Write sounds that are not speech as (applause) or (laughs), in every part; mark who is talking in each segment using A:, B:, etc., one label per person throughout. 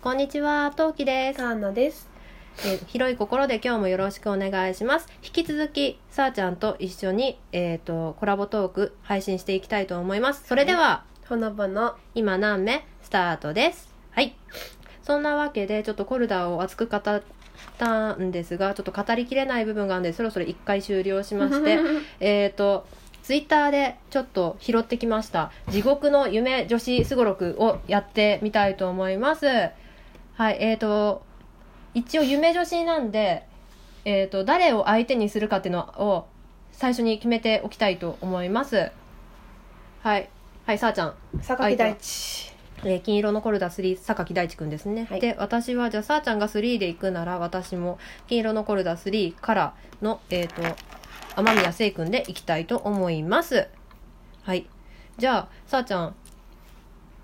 A: こんにちは、トウキです。
B: カンナです。
A: えー広い心で今日もよろしくお願いします。引き続き、さあちゃんと一緒に、えっ、と、コラボトーク配信していきたいと思います。それでは、
B: ほのぼの。
A: 今何目スタートです。はい。そんなわけで、ちょっとコルダーを熱く語ったんですが、ちょっと語りきれない部分があるんで、そろそろ一回終了しま (laughs) して、えっと、ツイッターでちょっと拾ってきました。地獄の夢女子すごろくをやってみたいと思います。はい、えっ、と、一応夢女子なんで、えっ、と、誰を相手にするかっていうのを最初に決めておきたいと思います。はい。はい、さあちゃん。
B: 坂木大地。
A: えー金色のコルダ3榊大地くんですね、
B: はい
A: で私はじゃあさあちゃんが3で行くなら私も金色のコルダ3からのえっ、と雨宮聖くんで行きたいと思いますはいじゃあさあちゃん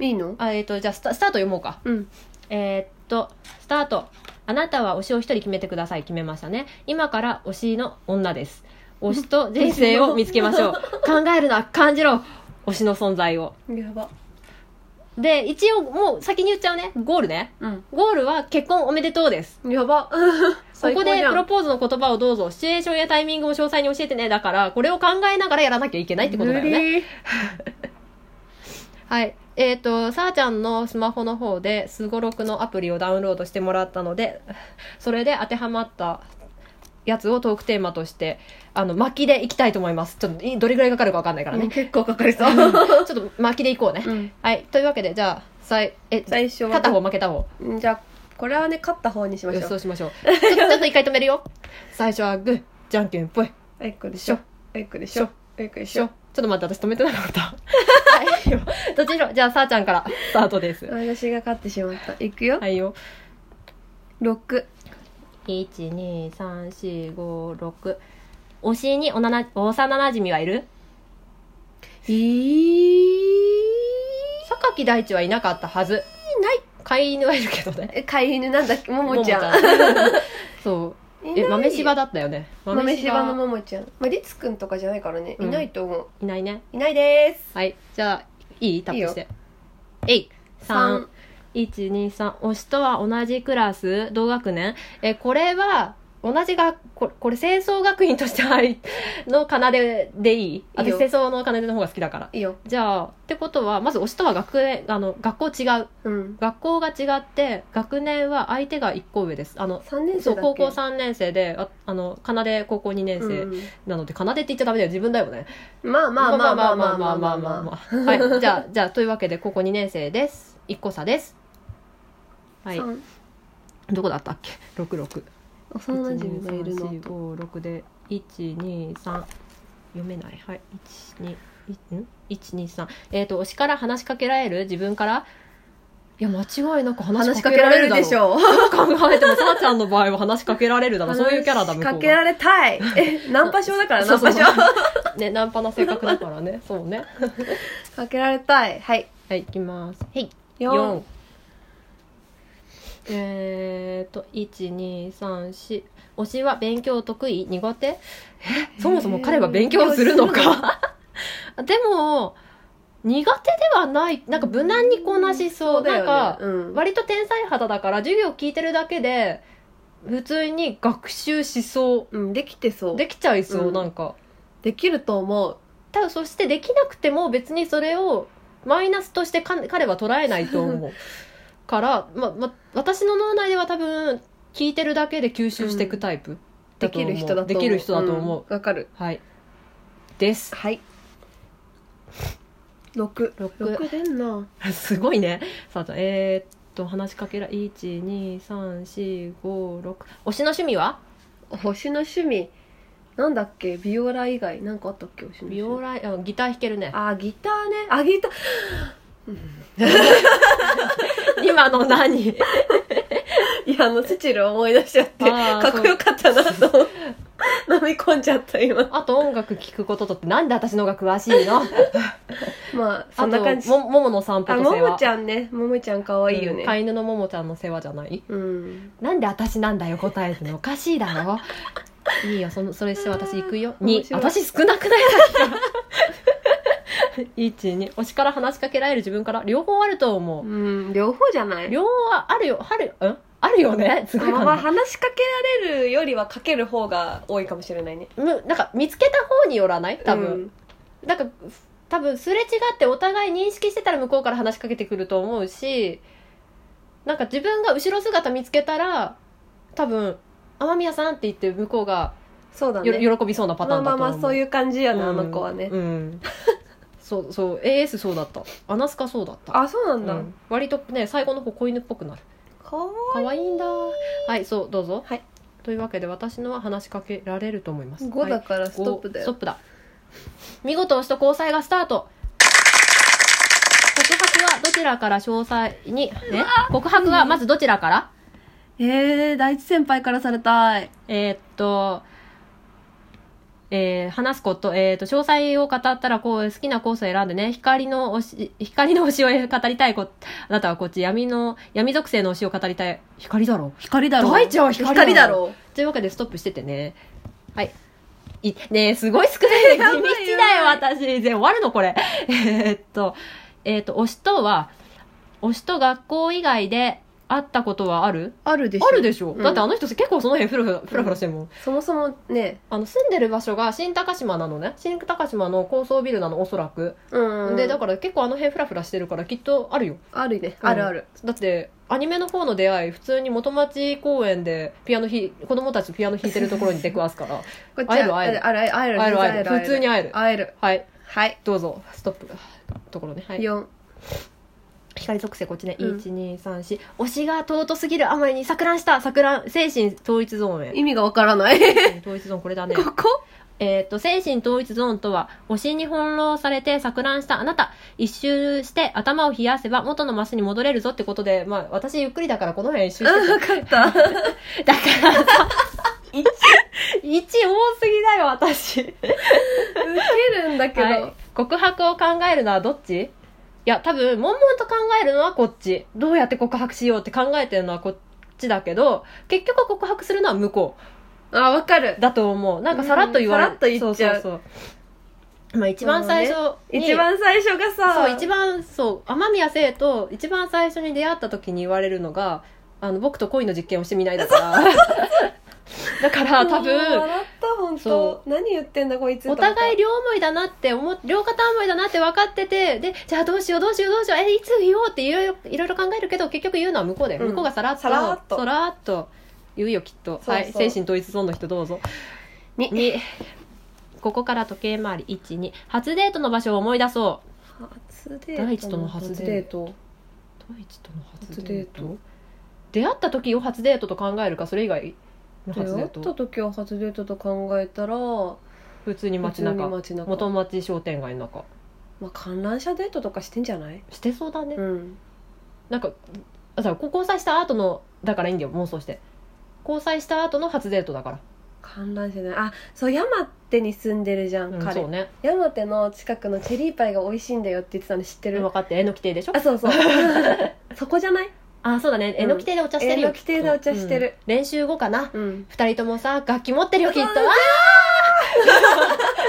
B: いいの
A: あえっ、とじゃあスタスタート読もうか
B: うん。
A: えーっと、スタート。あなたは推しを一人決めてください。決めましたね。今から推しの女です。推しと人生を見つけまし
B: (laughs)
A: ょう。考えるな、感じろ。推しの存在を。
B: やば。
A: で、一応もう先に言っちゃうね。ゴールね。
B: うん。
A: ゴールは結婚おめでとうです。
B: や
A: (laughs)
B: ば。
A: こ
B: 最
A: こ
B: 高
A: で
B: じゃ
A: プ
B: ん
A: ロポーズの言葉をどうぞ、シチュエーションやタイミングを詳細に教えてね。だから、これを考えながらやらなきゃいけないってことだよね。
B: ね。
A: はい。えっ、と、さあちゃんのスマホの方で、すごろくのアプリをダウンロードしてもらったので、 (laughs) それで当てはまったやつをトークテーマとして、あの、巻きでいきたいと思います。ちょっと、いどれぐらいかかるかわかんないからね。
B: 結構かかりそう。
A: (laughs) ちょっと巻きでいこうね。
B: うん
A: はい。というわけで、じゃあ、さいえ、
B: 最初は
A: 勝った方負けた方。
B: じゃあ、これはね、勝った方にしまし
A: 予
B: ょ
A: 想
B: う。
A: しましょう。ちょちょっと一回止めるよ。最初はグー、じゃんけんぽい。
B: あいこでしょ。あいこでしょ。あいこで
A: ち
B: し
A: ょ
B: ょ
A: っ。と待って、私止めてなかった。はいよ。どっちにしろ、じゃあ、さあちゃんからスタートです。
B: 私が勝ってしまった。いくよ
A: は。いよ。
B: 六。
A: 12345推しにおなな幼なじみはいる
B: い
A: 榊大地はいなかったはず
B: ない。
A: 飼い犬はいるけどね
B: え飼い犬なんだっけももちゃん。
A: ん (laughs) そう
B: い
A: え
B: ない
A: 豆柴だったよね
B: 豆柴のももちゃん。まあ、りつくんとかじゃないからね。
A: う
B: い
A: ん
B: ないと思う。
A: いないね
B: いないです。
A: はいじゃあいいタップしてえい
B: 三。
A: 3123推しとは同じクラス同学年えこれは同じがここれ清掃学院としてはいの奏ででいい
B: いい
A: 私
B: よ
A: 清掃の奏での方が好きだから
B: いいよ。
A: じゃあってことはまず推しとは学年あの学校違う
B: うん。
A: 学校が違って学年は相手が1個上ですあの
B: 三年
A: そ
B: 生
A: う
B: だっけ
A: 高校3年生でああの奏で高校2年生、
B: うん
A: なので奏でって言っちゃダメだよ自分だよね
B: まあまあまあまあまあまあまあまあまあ。
A: あはいじゃあじゃあというわけで高校2年生です1個差ですはい
B: 三
A: どこだったっけ66
B: 幼馴染がいるのと。
A: 12345で123読めないはい12ん123えっ、と推しから話しかけられる自分からいや間違いなく話
B: 話
A: し
B: し
A: か
B: か
A: け
B: け
A: ら
B: ら
A: れ
B: れ
A: る
B: る
A: だろ
B: で
A: う
B: しょう。
A: 考えてもさあちゃんの場合は話しかけられるだろうそういうキャラだ向こ
B: 話しか
A: う
B: け
A: が
B: られたい。え、ナンパ症だから、
A: そ
B: ナ
A: う
B: ン
A: そう
B: パ症。
A: ねナンパな性格だからねそうね
B: かけられたい。はい。
A: はい行きますはい
B: 四。
A: えー、と12345推しは勉強得意苦手えそもそも彼は勉強するのか (laughs) でも苦手ではないなんか無難にこなしそう
B: だ
A: なん
B: よね
A: か、
B: うん
A: 割と天才肌だから授業聞いてるだけで普通に学習しそ
B: うん、できてそうう。
A: できちゃいそう、
B: うん
A: なんか
B: できると思う。
A: ただそしてできなくても別にそれをマイナスとしてか彼は捉えないと思うから、まま、私の脳内では多分聞いてるだけで吸収していくタイプだ
B: で
A: と思
B: き
A: う、
B: る人だと思う。
A: できる人だと思う、
B: んわかる。
A: はいです
B: はい。六。
A: 六 (laughs)
B: 六出んな。
A: すごいね。さあじゃあ、えーっと、話しかけら、1、2、3、4、5、6。推しの趣味は
B: 星の趣味。なんだっけビオラ以外。なんかあったっけ星の
A: ビ
B: 趣味
A: オラ、あギター弾けるね。
B: あ、ギターね。あ、ギター。
A: 今の
B: (laughs)
A: 何
B: いや、あの、セチルを思い出しちゃって、
A: あー
B: かっこよかったなと、 (laughs) 飲み込んじゃった、今。
A: あと音楽聴くこととって、なんで私の方が詳しいの
B: まあ、 (laughs) そ
A: あ
B: んな感
A: と、
B: じ。
A: も、ももの散歩
B: あ、
A: と世
B: も
A: 話。
B: もちゃんね。ももちゃん可愛いよ
A: う
B: ね
A: ん。飼い犬のももちゃんの世話じゃない
B: うん。
A: なんで私なんだよ答えるのおかしいだ (laughs) ろいいよそのそれして私行くよ
B: 面
A: に
B: 白い
A: 私少なくない (laughs) 12推しから話しかけられる自分から両方あると思う、
B: うん、両方じゃない
A: 両方はあるよあるよんあるよねすごい
B: まあ
A: わ
B: ま
A: か
B: あ
A: んない
B: 話しかけられるよりはかける方が多いかもしれないね
A: むなんか見つけた方によらない多分、なんか多分すれ違ってお互い認識してたら向こうから話しかけてくると思うしなんか自分が後ろ姿見つけたら多分「雨宮さん」って言って向こうが
B: そうだ
A: よ、
B: ね
A: 喜びそうなパタ
B: ま
A: ー
B: あ
A: ン
B: ま
A: だと思
B: あ
A: う
B: まあそういう感じやな、あの子はね、
A: うんそうそう AS そうだったアナスカそうだった
B: あそうなんだ、
A: うん割とね最後の方子犬っぽくなる
B: かわ
A: 可愛いんだはいそうどうぞ
B: はい
A: というわけで私のは話しかけられると思います
B: いい5
A: は
B: だ
A: い
B: からストップだ
A: スト
B: よ、
A: ップだ見事押しと交際がスタート告白はどちらから詳細にえ告白はまずどちらから
B: えー、第一先輩からされたい
A: えーっと、えー話すこと、えーっと、詳細を語ったら、こう、好きなコースを選んでね、光の推し、光の推しを語りたいこ、あなたはこっち、闇の、闇属性の推しを語りたい。光だろ
B: 光だ
A: ろ
B: 大ちゃんは
A: 光
B: 光
A: だ
B: だ
A: ろ
B: ろ
A: というわけで、ストップしててね。はい。いねえ、すごい少ないね。地 (laughs)
B: やばい
A: 道だよ、
B: や
A: 私。全然終わるの、これ。 (laughs) えーっと、えーっと、推しとは、推しと学校以外で会ったことはある
B: あるでしょ
A: あるでしょ、
B: うん
A: だってあの人結構その辺フラフラ、フラフラしてるもん。
B: そもそもね
A: あの住んでる場所が新高島なのね新高島の高層ビルなのおそらく、
B: うん
A: でだから結構あの辺フラフラしてるからきっとあるよ
B: らあるね、
A: うん
B: あるある
A: だってアニメの方の出会い普通に元町公園でピアノひ子供たちピアノ弾いてるところに出くわすから (laughs)
B: こっ
A: 会える会える
B: あるある
A: 会える
B: 全
A: 会え
B: 然
A: る普通に会える
B: 会える
A: はい
B: はい
A: どうぞストップところねはい
B: 4
A: 光属性こっちね、
B: うん
A: 1234推しが尊すぎるあまりに錯乱した錯乱精神統一ゾーンへ
B: 意味がわからないこ
A: 精神統一ゾーンこれだね
B: (laughs) こ
A: えーっと、精神統一ゾーンとは、推しに翻弄されて錯乱したあなた、一周して頭を冷やせば元のマスに戻れるぞってことで、まあ、私ゆっくりだからこの辺一周
B: あ
A: して
B: 分かった
A: て。だからさ、1、1多すぎだよ、私。
B: ウケるんだけど、
A: はい。告白を考えるのはどっちいや、多分、悶々と考えるのはこっち。どうやって告白しようって考えてるのはこっちだけど、結局告白するのは向こう。
B: あ分かる
A: だと思うなんかさらっと言われ
B: うんさらっと言っちゃう
A: そうそうそうまあ一番最初に、
B: 一番最初がさ
A: そう一番そう天宮聖と一番最初に出会った時に言われるのがあの僕と恋の実験をしてみないだから
B: (laughs)
A: だから多
B: もう
A: 分
B: 笑った本
A: そ
B: 当何言ってんだこいつ
A: お互い
B: り
A: 両思いだなって思っ両片思いだなって分かっててでじゃあどうしようどうしようどうしようえいつ言おうっていろいろいろいろ考えるけど結局言うのは向こうで、
B: うん
A: 向こうがさらっと
B: さらっと
A: さらっと言うよきっと
B: そうそう
A: はい精神統一ゾーンの人どうぞ
B: に
A: にここから時計回り12初デートの場所を思い出そう
B: 初デート
A: 第一との初デート
B: ト
A: ドイツとの初
B: 初
A: デ
B: デ
A: ー
B: ー
A: ト
B: ト
A: 出会った時を初デートと考えるかそれ以外の初デー
B: 出会った
A: ト
B: 時は初デートと考えたら
A: 普通に街
B: 普通
A: 中
B: に街中
A: 元町商店街の中
B: まあ観覧車デートとかしてんじゃない
A: してそうだね、
B: うん
A: なんかあさ交際した後のだからいいんだよ妄想して交際した後の初デートだから、
B: 観覧車であそう山手に住んでるじゃん、
A: うん
B: 彼
A: そうね
B: 山手の近くのチェリーパイが美味しいんだよって言ってたの知ってる、
A: 分かって絵の規定でしょ
B: あそうそう (laughs) そこじゃない
A: あそうだね絵の規定でお茶してるよ、
B: うん絵の規定でお茶してる
A: きっとうん練習後かな
B: うん
A: 二人ともさ楽器持ってるよきっと
B: そう
A: あ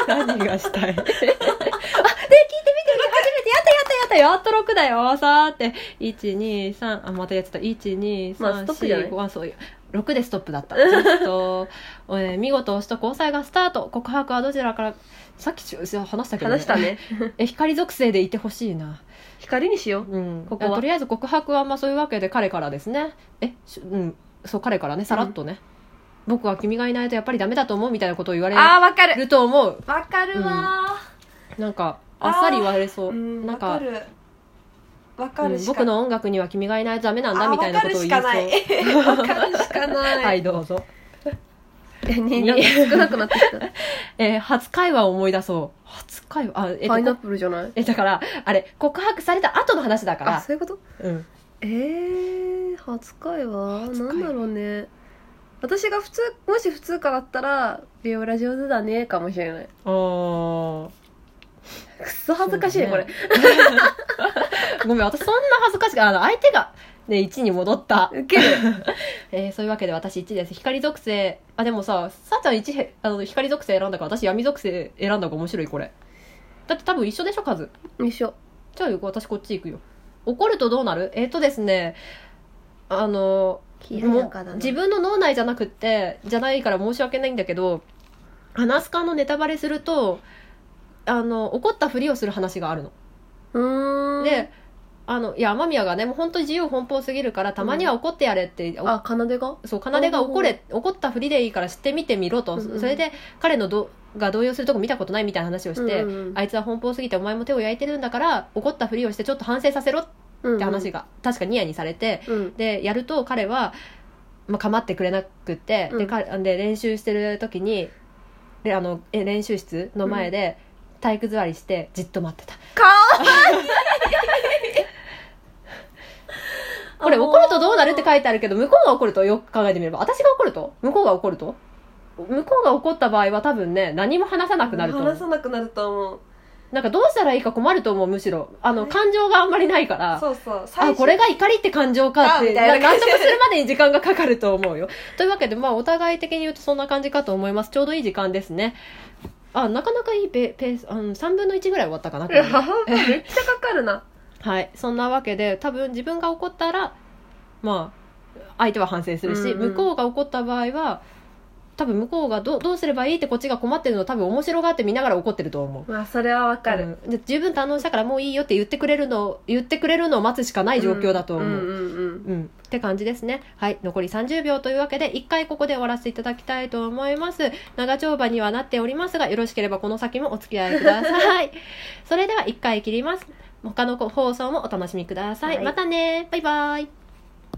A: ー何がしたい (laughs) あで聞いてみて初めてやったやったやったやっと6だよさーって123あまたやってた12345、
B: まあストップじゃない
A: 4 5あそうよ6でストップだったちょっと、 (laughs) えー見事推しと交際がスタート告白はどちらからさっきし話したけど、
B: 話した
A: (laughs)
B: ね
A: え光属性でいてほしいな
B: 光にしよう
A: うん、
B: ここは
A: あとりあえず告白はまあそういうわけで彼からですねえしうんそう彼からねさらっとね、僕は君がいないとやっぱりダメだと思うみたいなことを言われ
B: あーわかる
A: ると思う
B: わかるわ
A: なんかあっさり言われそう、
B: ーうん
A: な
B: わ
A: んか
B: かるわか
A: う
B: る
A: ん
B: しか
A: 僕の音楽には君がいないとダメなんだ
B: あ
A: みたいなことを言いそう
B: わかるしかないわかるしかな
A: (laughs)
B: い (laughs)
A: はいどうぞ、
B: になんか少なくなってきた
A: (laughs) えー初会話を思い出そう初会話あえっと
B: パイナップルじゃない
A: (laughs) えだからあれ告白された後の話だか
B: あ
A: ら
B: そういうこと
A: うん
B: えー、初会話
A: 初会話
B: なんだろうね私が普通もし普通科だったら「ビオラ上手だね」かもしれない
A: あー
B: くっそ恥ずかしい、
A: そう
B: こ
A: だ
B: れ
A: ね (laughs) ごめん私そんな恥ずかしくあの相手がね1に戻った
B: ウ
A: (laughs)
B: ケる
A: えーそういうわけで私1です光属性あでもささっちゃん1あの光属性選んだから私闇属性選んだ方が面白いこれだって多分一緒でしょ数
B: 一緒
A: じゃあよ私こっち行くよ怒るとどうなるえっとですねあの
B: 冷ややかだ
A: も
B: な
A: う自分の脳内じゃなくってじゃないから申し訳ないんだけどアナスカのネタバレするとあの怒ったふりをする話があるの。
B: うーん
A: であのいや雨宮がねもう本当に自由奔放すぎるからたまには怒ってやれって、お
B: あ奏が
A: そう奏が怒れ怒ったふりでいいから知ってみてみろと、
B: うんうん
A: それで彼のどが動揺するとこ見たことないみたいな話をして、
B: うんうん
A: あいつは奔放すぎてお前も手を焼いてるんだから怒ったふりをしてちょっと反省させろっ
B: うん
A: て話が、確かニヤにされて
B: うん
A: でやると彼は、まあ、構ってくれなくって、
B: う
A: で
B: ん
A: かで練習してる時にであのえ練習室の前で体育座りしてじっと待ってた、
B: かわいい
A: これ怒るとどうなるって書いてあるけど、向こうが怒るとよく考えてみれば、私が怒ると向こうが怒ると向こうが怒った場合は多分ね、何も話さなくなると思
B: 話
A: う。
B: さなくなると思う
A: なんかどうしたらいいか困ると思う、むしろ。あの、
B: はい
A: 感情があんまりないから。
B: そうそう
A: あ、
B: 最初
A: これが怒りって感情かっ
B: あ
A: て、
B: みた
A: ない
B: な
A: 納
B: 感
A: 得
B: じ
A: するまでに時間がかかると思うよ。というわけで、まあ、お互い的に言うとそんな感じかと思います。ちょうどいい時間ですね。あ、なかなかいいペペース、うん、3分の1ぐらい終わったかな。こ
B: い (laughs)
A: れ
B: や (laughs) めっちゃかかるな
A: はい、そんなわけで多分自分が怒ったらまあ相手は反省するし、
B: うんうん
A: 向こうが怒った場合は多分向こうがどうどうすればいいってこっちが困ってるのを多分面白がって見ながら怒ってると思う。
B: まあそれはわかる
A: うんで十分堪能したからもういいよって言ってくれるのを言ってくれるのを待つしかない状況だと思う。
B: んうんうん
A: うん、って感じですね。はい、残り30秒というわけで、一回ここで終わらせていただきたいと思います。長丁場にはなっておりますが、よろしければこの先もお付き合いくださ
B: (laughs)
A: い。それでは一回切ります。他の放送もお楽しみください。
B: はい
A: またねバイバイ。